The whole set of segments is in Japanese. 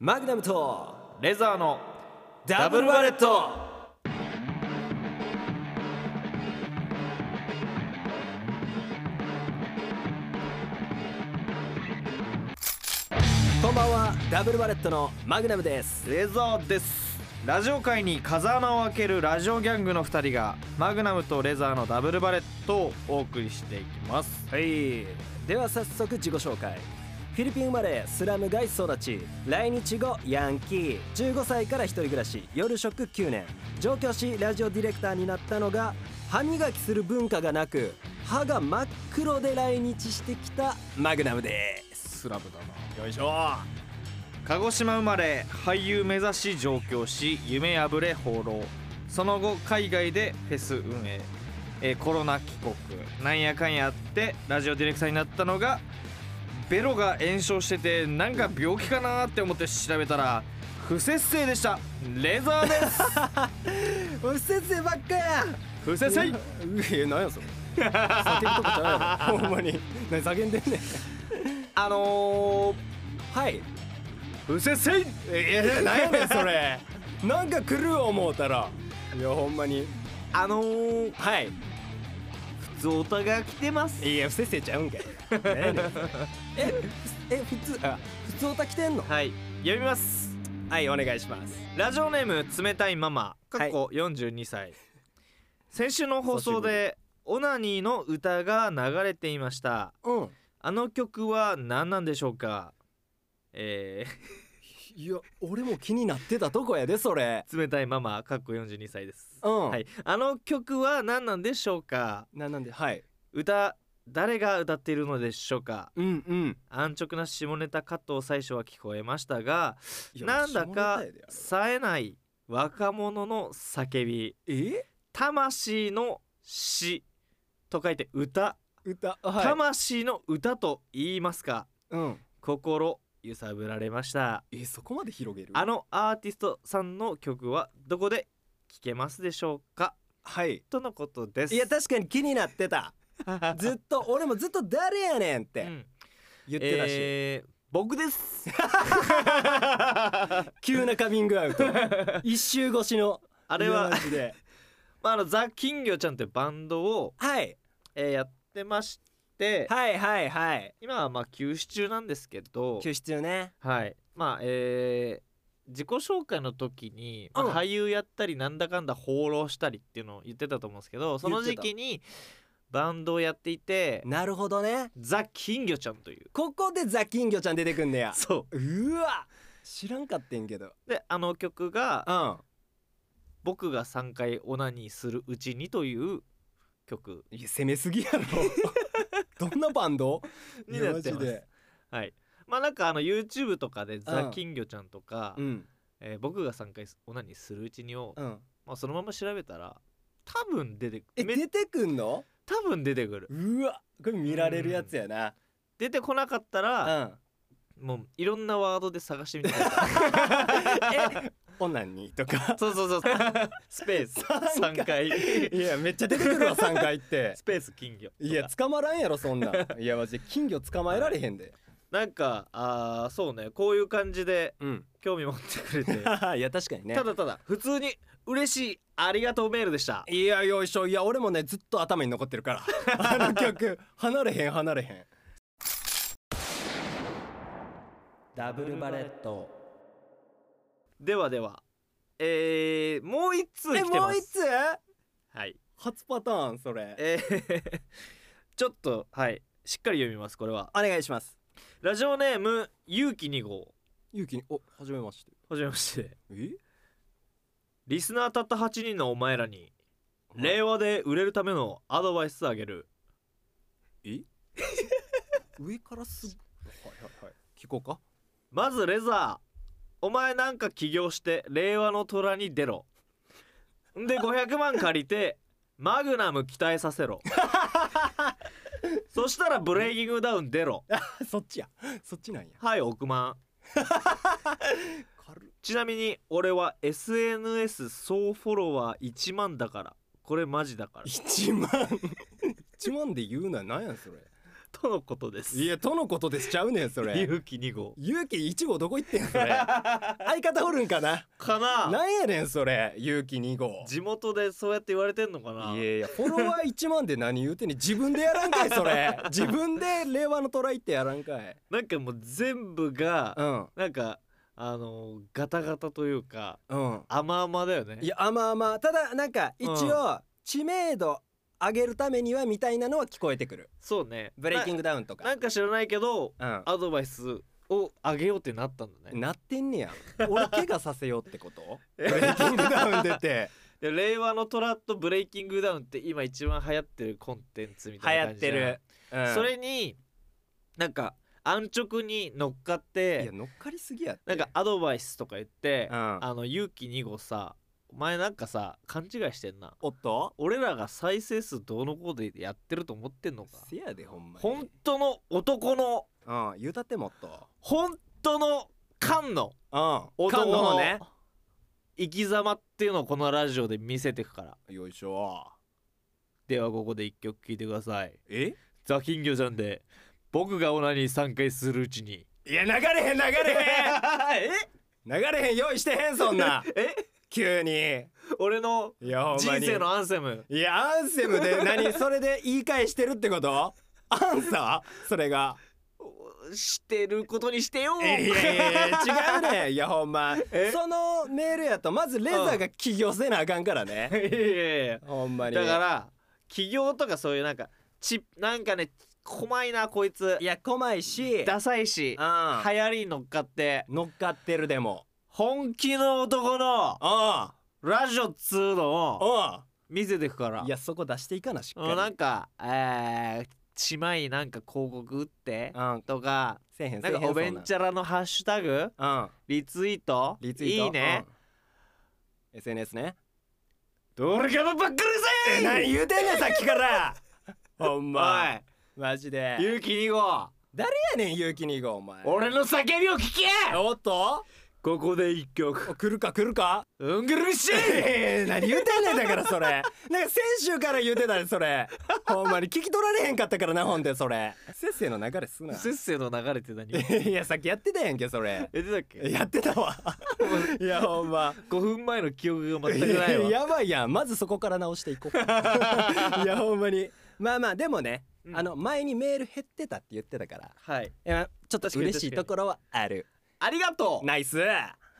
マグナムとレザーのダブルバレットこんばんはダブルバレットのマグナムですレザーですラジオ界に風穴を開けるラジオギャングの2人がマグナムとレザーのダブルバレットをお送りしていきますはいでは早速自己紹介フィリピン生まれスラム街育ち来日後ヤンキー15歳から一人暮らし夜食9年上京しラジオディレクターになったのが歯磨きする文化がなく歯が真っ黒で来日してきたマグナムですスラブだなよいしょ鹿児島生まれ俳優目指し上京し夢破れ放浪その後海外でフェス運営、えーコロナ帰国なんやかんやあってラジオディレクターになったのがベロが炎症しててなんか病気かなって思って調べたら不節制でしたレザーですおい先生ばっかや不節制え何やそれ叫ぶとこち ゃうやろほんまに何叫んでんねんあのー、はい不節制え何やねんそれ なんか来る思うたらいやほんまに あのー、はい普通オタが来てますいや不摂生ちゃうんかい何やねんそれえふえ普通あ普通おた来てんのはい読みますはいお願いしますラジオネーム冷たいママはかいっこ42歳、先週の放送でオナニーの歌が流れていましたうんあの曲は何なんでしょうかえいや俺も気になってたとこやでそれー 冷たいママかっこ42歳です、うんはいあの曲は何なんでしょうかななんではい歌誰が歌っているのでしょうかうんうん安直な下ネタカットを最初は聞こえましたがいやなんだか下ネタやであれ冴えない若者の叫びえ魂の死と書いて歌、歌は魂の歌と言いますかいうん心揺さぶられましたえそこまで広げるあのアーティストさんの曲はどこで聴けますでしょうかはいとのことですいや確かに気になってたずっと俺もずっと誰やねんっうてん言ってたし、えー僕です 急なカミングア ウト一周越しのあれは裏話でまあ、あのザ・金魚ちゃんというバンドを、はいえーやってまして、はいはいはい今はまあ休止中なんですけど救出ねはいまあえー自己紹介の時に、まあうん俳優やったりなんだかんだ放浪したりっていうのを言ってたと思うんですけどその時期にバンドをやっていてなるほどねザ・金魚ちゃんというここでザ・金魚ちゃん出てくんねやそうわ知らんかってんけどうであの曲がん「僕が3回オナニーするうちに」という曲いや攻めすぎ やろどんなバンドになっていやマジますで。はいまあなんかあの YouTube とかで「ザ・金魚ちゃん」とか、うんえー僕が3回オナニーするうちにを」うんまあ、そのまま調べたら多分出てくえめ出てくんの多分出てくるうわこれ見られるやつやな出てこなかったうら、んもういろんなワードで探してみてくだ さ いオナニーとかそうそうそうスペース三3回いやめっちゃ出てくるわ3回ってスペース金魚とかいや捕まらんやろそんなんいやマジで金魚捕まえられへんでなんかあーそうねこういう感じでうん興味持ってくれて、 いや確かに ねただただ普通に嬉しいありがとうメールでしたいやよいしょいや俺もねずっと頭に残ってる からあの曲離れへん離れへんダブルバレットではではえー、もう一通え来てもまう一すつはい初パターンそれえー ちょっとはいしっかり読みますこれはお願いしますラジオネームゆうき2号ゆうきにお初めましてはじめましてえリスナーたった8人のお前らに令和で売れるためのアドバイスあげるえ 上からすっはいはいはい聞こうかまずレザーお前なんか起業して令和の虎に出ろんで500万借りてマグナム鍛えさせろそしたらブレイキングダウン出ろ そっちやそっちなんやはい億万軽っちなみに俺は SNS 総フォロワー1万だからこれマジだから1万1万で言うのは何やそれとのことですいやとのことですちゃうねんそれ勇気2号勇気1号どこ行ってんそれ相方おるんかな かななんやねんそれ勇気2号地元でそうやって言われてんのかないやいやフォロワー1万で何言うてんねん自分でやらんかいそ れ自分で令和のトライってやらんかいなんかもう全部がうんなんかあのガタガタというかうん甘々だよねいやあまあまあただなんか一応知名度上げるためにはみたいなのは聞こえてくるそうねブレイキングダウンとななかんか知らないけどうんアドバイスをあげようってなったんだねなってんね や俺怪我させようってことブレイキングダウン出てで令和のトラとブレイキングダウンって今一番流行ってるコンテンツ み流たいな行っ感じてじゃんる、うんそれになんか安直に乗っかっいてや乗っかりすぎやってなんかアドバイスとか言って、うんあの勇気2号さお前なんかさ勘違いしてんなおっと俺らが再生数どうのこうでやってると思ってんのかせやでほんまに本当の男のうん言うたってもっと本当の感のう男感動のもね生き様っていうのをこのラジオで見せてくからよいしょではここで一曲聴いてくださいえザ・金魚ちゃんで僕がオナニー3回するうちにいや流れへん流れへん 流れへん用意してへんそん なえ急に俺のいやほんまに人生のアンセムいやアンセムで何それで言い返してるってことアンサーそれがしてることにしてよいやいやいや違うねいやほんまえそのメールやとまずレザーが起業せなあかんからねいやいやほんまに だから起業とかそういうなんかちなんかね怖いなこいついやこまいしダサいうし流ん行りに乗っかって乗っかってるでも本気の男のあラジオっつうのあをあ見せてくからあいやそこ出していかなしっうんなかんかえーちまいなんか広告打ってりうんとかせえへんせなえへんんかおべんちゃらのハッシュタグそんなんうんリツイートリツイートいいね、うん SNS ねどれかのばっかりせ何言うてんねんさっきから ほんまおマジでい勇気2号やねん勇気2号お前俺の叫びを聞けおっとここで一曲お来るか来るかうんぐるしいえー何言うてんねんだからそれなんか先週から言うてたでそれほんまに聞き取られへんかったからなほんでそれせっせの流れすなせっせの流れて何いやさっきやってたやんけそれ え出たっけやってた わいやほんま5分前の記憶が全くないわやばいやんまずそこから直していこういやほんまにまあまあでもね、うんあの前にメール減ってたって言ってたからはいいやちょっと確かに嬉しいところはあるありがとナイスう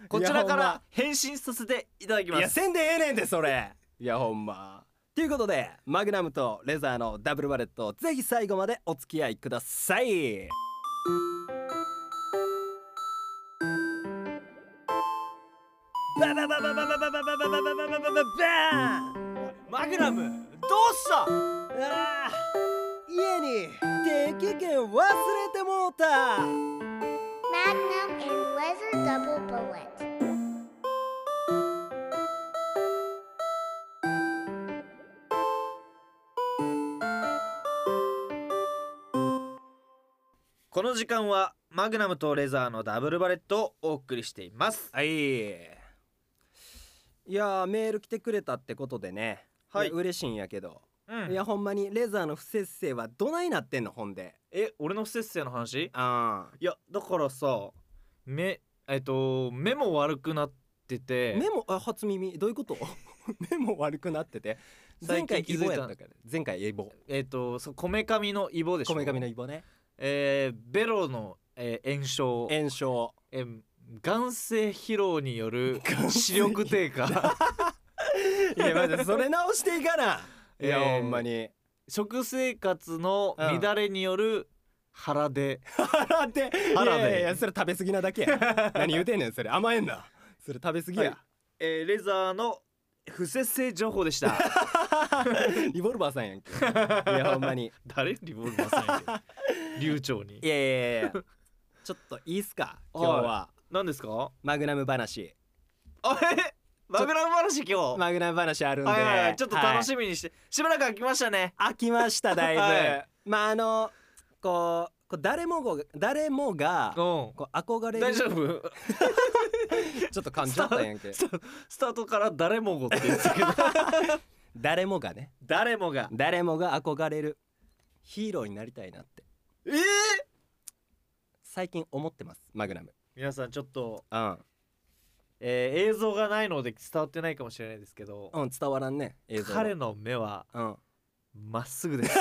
こちらかいやほんまら返信させていただきいまやすせんでええねんでそれいやほんまということでマグナムとレザーのダブルバレットぜひ最後までお付き合いくださいバババババババババババババババババーンマグナムどうしたあー家に定期券忘れてもうた Magnum and Leather Double Bullet. この時間はマグナムとレザーのダブルバレットをお送りしていますはいいやーメール来てくれたってことでねはいや嬉しいんやけど、うんいやほんまにレザーの不節制はどないなってんのほんでえ俺の不節制の話あいやだからさ目えっと目も悪くなってて目もあ初耳どういうこと 目も悪くなってて前回最近イ気づいボたやったから前回イボえっとそうこめかみのイボでしょこめかみのイボねえーベロの、えー炎症炎症えー眼性疲労による眼性視力低下 いやまずそれ直していかないや、えーほんまに食生活の乱れによる 腹で、腹で腹でいやいやいやそれ食べ過ぎなだけや何言うてんねんそれ甘えんなそれ食べ過ぎや、えーレザーの不節制情報 でしたリボルバーさんやんけいやほんまに誰リボルバーさんやけ流暢に いやいやいやちょっといいっすか今日は何ですかマグナム話あえ マグナム話今日、マグナム話あるんで、はいはいはいちょっと楽はしみにして、しばらく空きましたねい飽きましただいぶ、はいまああのこうこう誰もが誰もがうんこう憧れる大丈夫ちょっと感じちゃったやんけスタスタートから誰もごって言って たけど誰もがね誰もが誰もが憧れるヒーローになりたいなってえー、最近思ってますマグナム皆さんちょっと、うん、えー映像がないので伝わってないかもしれないですけど、うん、伝わらんね映像は彼の目はうんまっすぐ です。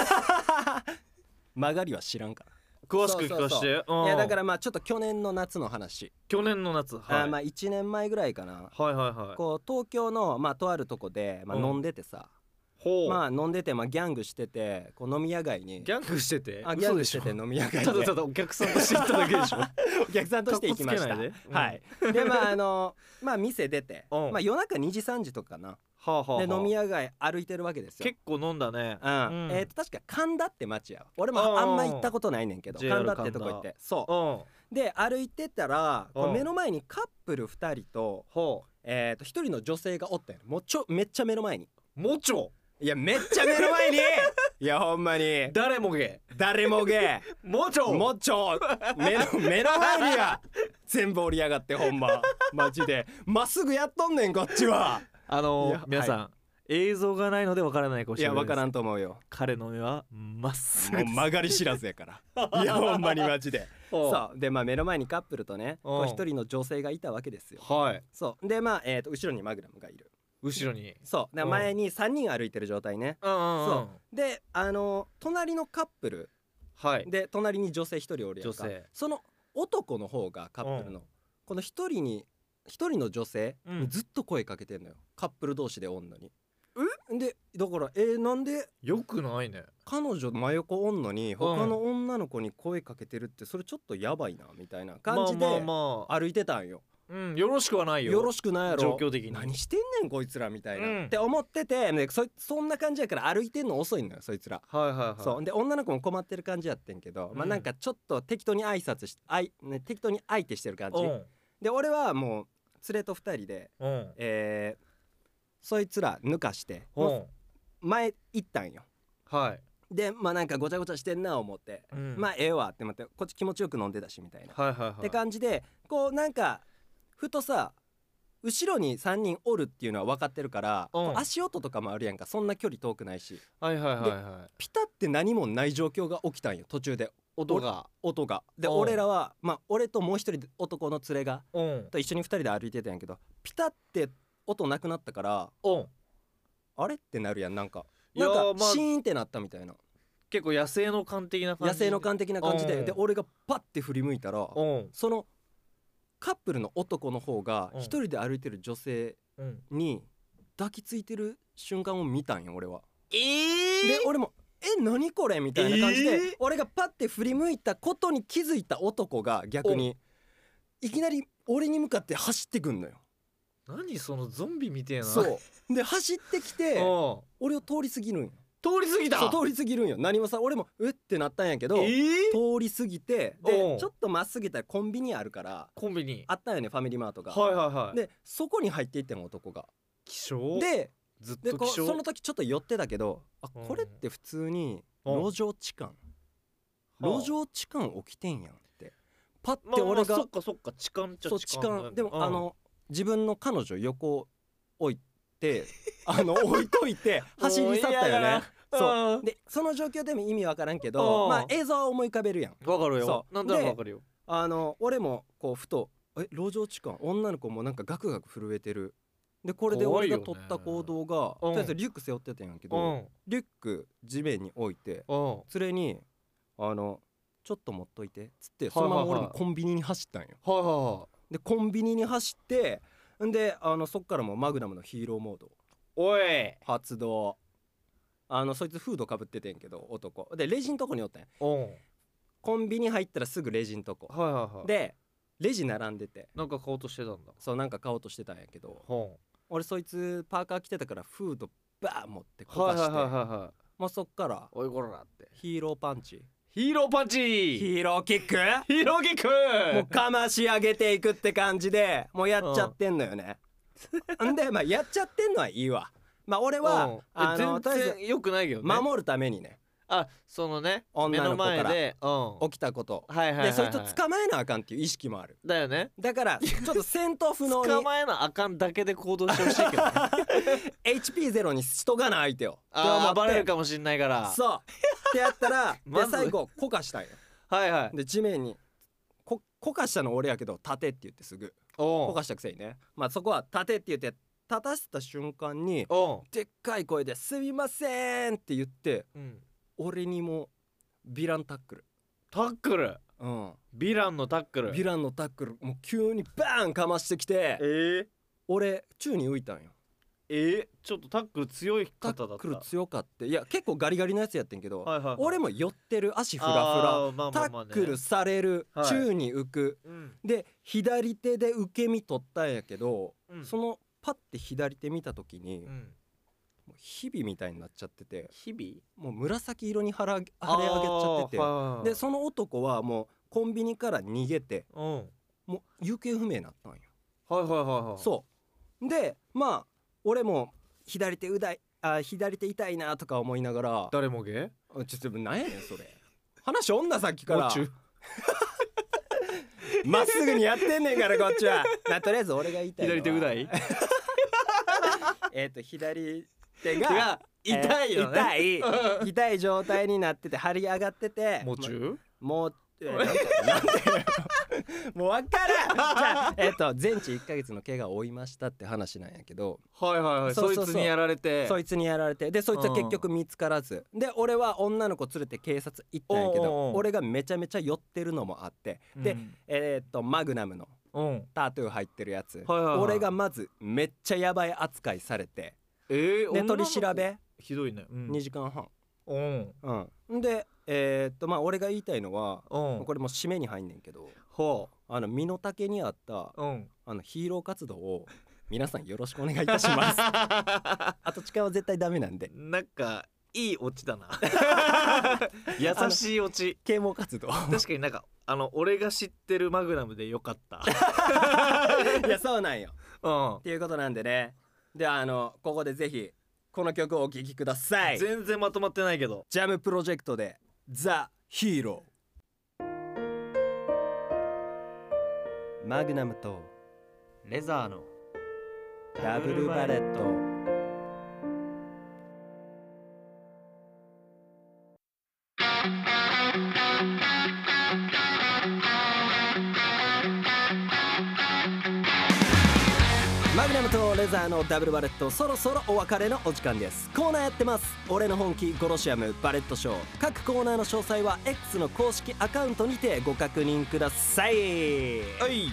曲がりは知らんから詳しく聞かせて。うんいやだからまあちょっと去年の夏の話、去年の夏、はい、あーまあ1年前ぐらいかな、はいはいはい。こう東京のまあとあるとこで、まあ、うん飲んでてさ、ほう、まあ飲んでてまあギャングしててこう飲み屋街にギャングしてて。あギャングして嘘てで飲み屋街 ょでただただお客さんとして行っただけでし ょ。 お客さんとして行きましたかっこつけないでうはんいでまああのまあ店出て、うんまあ、夜中2時3時とかかはあはあはなあで飲み屋街歩いてるわけですよ結構飲んだねうんうんえー、と確か神田って町やわ俺もうんあんま行ったことないねんけど JR 神田ってとこ行ってそううんで歩いてたらこううん目の前にカップル2人とほえー、と一人の女性がおったよもうちょめっちゃ目の前にうもちょいやめっちゃ目の前 にいやほんまに誰もげ誰もげもちょもうちょ目の目の前にや全部折りやがってほんまマジでまっすぐやっとんねんこっちはあのいーや皆さん、映像がないのでわからないかもしいれやないわからんんと思う よ彼の目はまっすもぐう曲がり知らずやからいやほんまにマジでさそうでまあ目の前にカップルとねこううん一人の女性がいたわけですよはいそうでまあ、えー、と後ろにマグナムがいる後ろにそうでうん前に3人歩いてる状態ねうんうんうんそであの隣のカップルはいで隣に女性一人おるやんか女性その男の方がカップルの、この一人に一人の女性うんにずっと声かけてんのよ、カップル同士でおんのに。でだからえーなんでよくないね彼女真横おんのに他の女の子に声かけてるってそれちょっとやばいなみたいな感じまあでまあまあ歩いてたんよ。うんよろしくはないよよろししくないやろ状況的に何してんねんこいつらみたいな、うんって思っててでそそんな感じやから歩いてんの遅いのよそいつら。はいはいはいそうで女の子も困ってる感じやってんけど、まうあんなんかちょっと適当に挨拶しあい、ね、適当に相手してる感じ、うんで俺はもう連れと2人で、うんえーそいつら抜かしてうもんう前行ったんよはいでまあなんかごちゃごちゃしてんな思って、うんまあええわって待ってこっち気持ちよく飲んでたしみたいな、はいはいはいって感じでこうなんかふとさ後ろに3人おるっていうのは分かってるから、うんこう足音とかもあるやんかそんな距離遠くないしはいはいはいはいピタって何もない状況が起きたんよ途中で音が音がでうん俺らはまあ俺ともう一人男の連れがうんと一緒に二人で歩いてたんやけどピタって音なくなったからうんあれってなるやんなんかいやなんかーまあシーンってなったみたいな結構野生の感的な感野じ生の感的な感じうでんで俺がパッて振り向いたらうんそのカップルの男の方がうん一人で歩いてる女性うんに抱きついてる瞬間を見たんよ俺は。えで俺も「え何これ?」みたいな感じで、えー俺がパッて振り向いたことに気づいた男が逆にいきなり俺に向かって走ってくんのよ。何そのゾンビみてえなそうで走ってきてうん俺を通り過ぎるんよ。通り過ぎたそう通り過ぎるんよ何もさ俺も「うっ」てなったんやけど、えー通り過ぎておでうちょっとまっすぐ行ったらコンビニあるからコンビニあったよねファミリーマートが。はいはいはいでそこに入っていってん男が。気象でずっでとこう気象その時ちょっと寄ってたけどあうんこれって普通にうん路上痴漢はあ路上痴漢起きてんやんってパッまてあま俺あがそっかそっか痴漢っちゃそう痴漢でもあの自分の彼女横置いて あの置いといて走り去ったよねそうそうでその状況でも意味わからんけどうんまあ映像は思い浮かべるやんわかるよそうなんとなくでわかるよあの俺もこうふとえ路上痴漢女の子もなんかガクガク震えてるでこれで怖俺いよがね取った行動がうんとりあえずリュック背負ってたんやけうどんリュック地面に置いてうん連れにあのちょっと持っといてっつっていそのまま俺はいもはいコンビニに走ったんよはいはいでコンビニに走ってんであのそっからもうマグナムのヒーローモードおい発動あのそいつフードかぶっててんけど男でレジんとこにおったんやうんはいコンビニ入ったらすぐレジんとこはいはいでレジ並んでてなんか買おうとしてたんだそうなんか買おうとしてたんやけどほ俺そいつパーカー着てたからフードバーン持ってうこはいかはいしてはいはいはいもうそっからおいこらってヒーローパンチヒーローパンチヒーローキックヒーローキックもうかまし上げていくって感じでもうやっちゃってんのよね。んでまあやっちゃってんのはいいわ。まあ俺うんはえあのとりあえ全ず然良くないけどね守るためにねあそのね目女のの子から前でうん起きたことをはいはいはいはいでそいつを捕まえなあかんっていう意識もある。だよねだからちょっと戦闘不能捕にまえなあかんだけで行動してほしいけ どね HP ゼロにしとかな相手を。って思っあてーバレるかもしんないから そう。ってやったらでまず最後こかしたんよ。はいはいで地面にここかしたの俺やけど立てって言ってすぐおこうかしたくせにねまあそこは立てって言って立たせた瞬間におでっかい声で「すみません!」って言ってう、うん、俺にもヴィランタックルタックルうんヴィランのタックルヴィランのタックルもう急にバーンかましてきてえ俺宙に浮いたんよええちょっとタックル強いタ方だったックル強かっていや結構ガリガリのやつやってんけど、はいはいはい俺も寄ってる足フラフあーまラあまタあまあねックルされる、はい宙に浮くうんで左手で受け身取ったんやけど、うんそのパッて左手見た時に、うんもう日々みたいになっちゃってて日々もう紫色に腫れ上げ腫れ上げちゃってて、でその男はもうコンビニから逃げてうんはいもう行方不明になったんよ。はいはいはいそうでまあ俺も左手うだいあ左手痛いなとか思いながら誰もげあちょっと何やねんそれ話おんなさっきからもう中まっすぐにやってんねんからこっち はなとりあえず俺が言いたいのは左手うだいえっ、と左手が痛いよねえー痛い痛い状態になってて張り上がってて もう中もう、えーなんてなんてもう分からんじゃあ えっ、と全治1ヶ月の怪我を負いましたって話なんやけどはいはいはいそうそそういつそうにやられてそいつにやられてでそいつは結局見つからずで俺は女の子連れて警察行ったんやけおうおうおどう俺がめちゃめちゃ寄ってるのもあってで、うんえーっとマグナムのうんタトゥー入ってるやつ、はいはいはい俺がまずめっちゃやばい扱いされてえーで女の取子り調べひどいねうん2時間半うんうんでえーっとまあ俺が言いたいのはうんこれもう締めに入んねんけどほあの身の丈にあったううんあのヒーロー活動を皆さんよろしくお願いいたします あと痴漢は絶対ダメなんで なんかいいオチ だな優しいオチ啓蒙活 動確かになんかあの俺が知ってるマグナムでよかったいや そうなんようっていうことなんでねではあのここでぜひこの曲をお聴きくださいん全然まとまってないけどジャムプロジェクトで「ザ・ヒーロー」マグナムとレザーのダブルバレットマグナムとレザーのダブルバレットそろそろお別れのお時間ですコーナーやってます俺の本気ゴロシアムバレットショー各コーナーの詳細は X の公式アカウントにてご確認くださいはい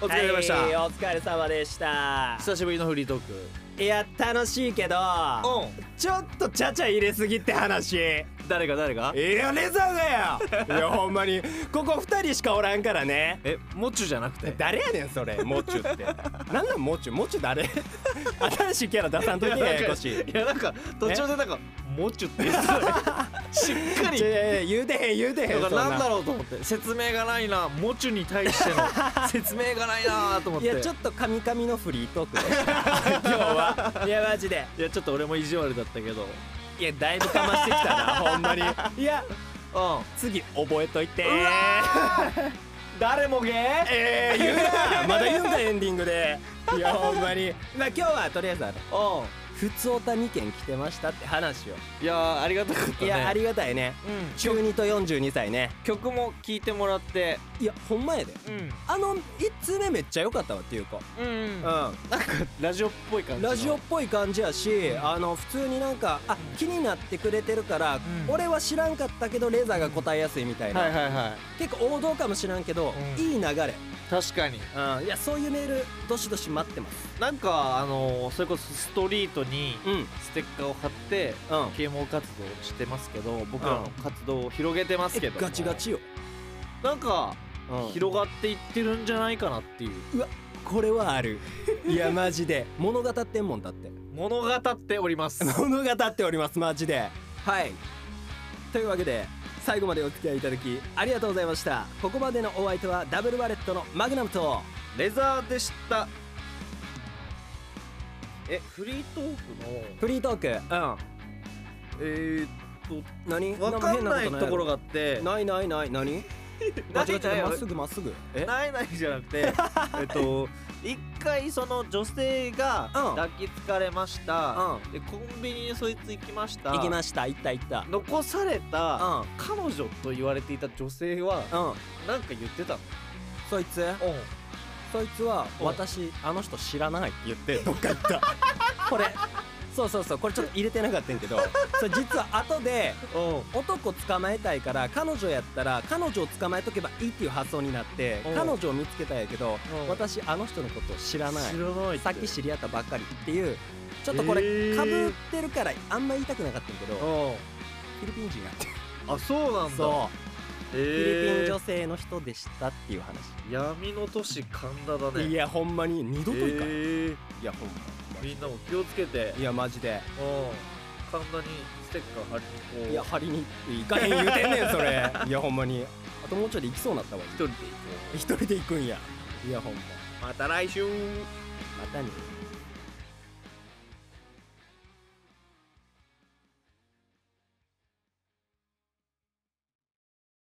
お疲れ様でした、はいお疲れ様でした久しぶりのフリートークいや楽しいけどうちょっとちゃちゃ入れすぎって話いん誰が誰がやレザーだよいやほんまにここ二人しかおらんからねえもちゅじゃなくて誰やねんそれもちゅってなんなんもちゅもちゅ誰新しいキャラ出さんときにややこしいいやなんか途中でなんかもちゅって言ってたよ しっかりちょいやいや言うてへん言うてへんだからそんななんだろうと思って説明がないなもちゅに対して の説明がないなと思っいてやちょっとカミカミのフリートークでした今日はいやマジでいやちょっと俺も意地悪だったけどいやだいぶかましてきたなほんまにいやうん次覚えといてうわ誰もげえー、言うなまだ言うんかエンディングで いやほんまにまあ今日はとりあえずあのう普通おた2件来てましたって話をんいやーありがたかったねいやありがたいねうん中2と42歳ね曲も聴いてもらっていやほんまやでうあの1通目めっちゃ良かったわっていうかんうんうラジオっぽい感んじのラジオっぽい感じやしあの普通になんかあ気になってくれてるから俺は知らんかったけどレーザーが答えやすいみたいはいなはいはい結構王道かもしらんけどうんいい流れ確かにうんいやそういうメールどしどし待ってますなんかあのーそれこそストリートにうんステッカーを貼ってうん啓蒙活動をしてますけど僕らの活動を広げてますけどもガチガチよなんかうん広がっていってるんじゃないかなっていうこれはあるいやマジで物語ってんもんだって物語っておりま す物語っておりますマジではいというわけで最後までお付き合いいただきありがとうございましたここまでのお相手はダブルワレットのマグナムとレザーでしたえフリートークのフリートークうんえ何ー、わかんないところががあってない ないない何ガチガチないでよまっすぐまっすぐえ ないないじゃなくてえっと一回その女性がうん抱きつかれました、うでコンビニにそいつ行きましたん行きました行った行った残されたう彼女と言われていた女性はんうんなんか言ってたのそいつそいつはうん私あの人知らないって言 ってどっか行ったこれそうそうそうこれちょっと入れてなかったんやけ どそれ実は後でうんうん男捕まえたいから彼女やったら彼女を捕まえとけばいいっていう発想になってうん彼女を見つけたんやけどうん私あの人のことを知らない知らないってさっき知り合ったばっかりっていうちょっとこれえーかぶってるからあんま言いたくなかったんやけどうフんィリピン人やってあそうなんだそうえフィリーピン女性の人でしたっていう話闇の都市神田だねいやほんまに二度といかんいえーやほんまみんなも気をつけていやマジでうん神田にステッカー貼りに行こいうや張りに行かへん言うてんねんそれいやほんまにあともうちょいで行きそうになったわ一人で行こ一人で行くんやいやほんまうまた来週またね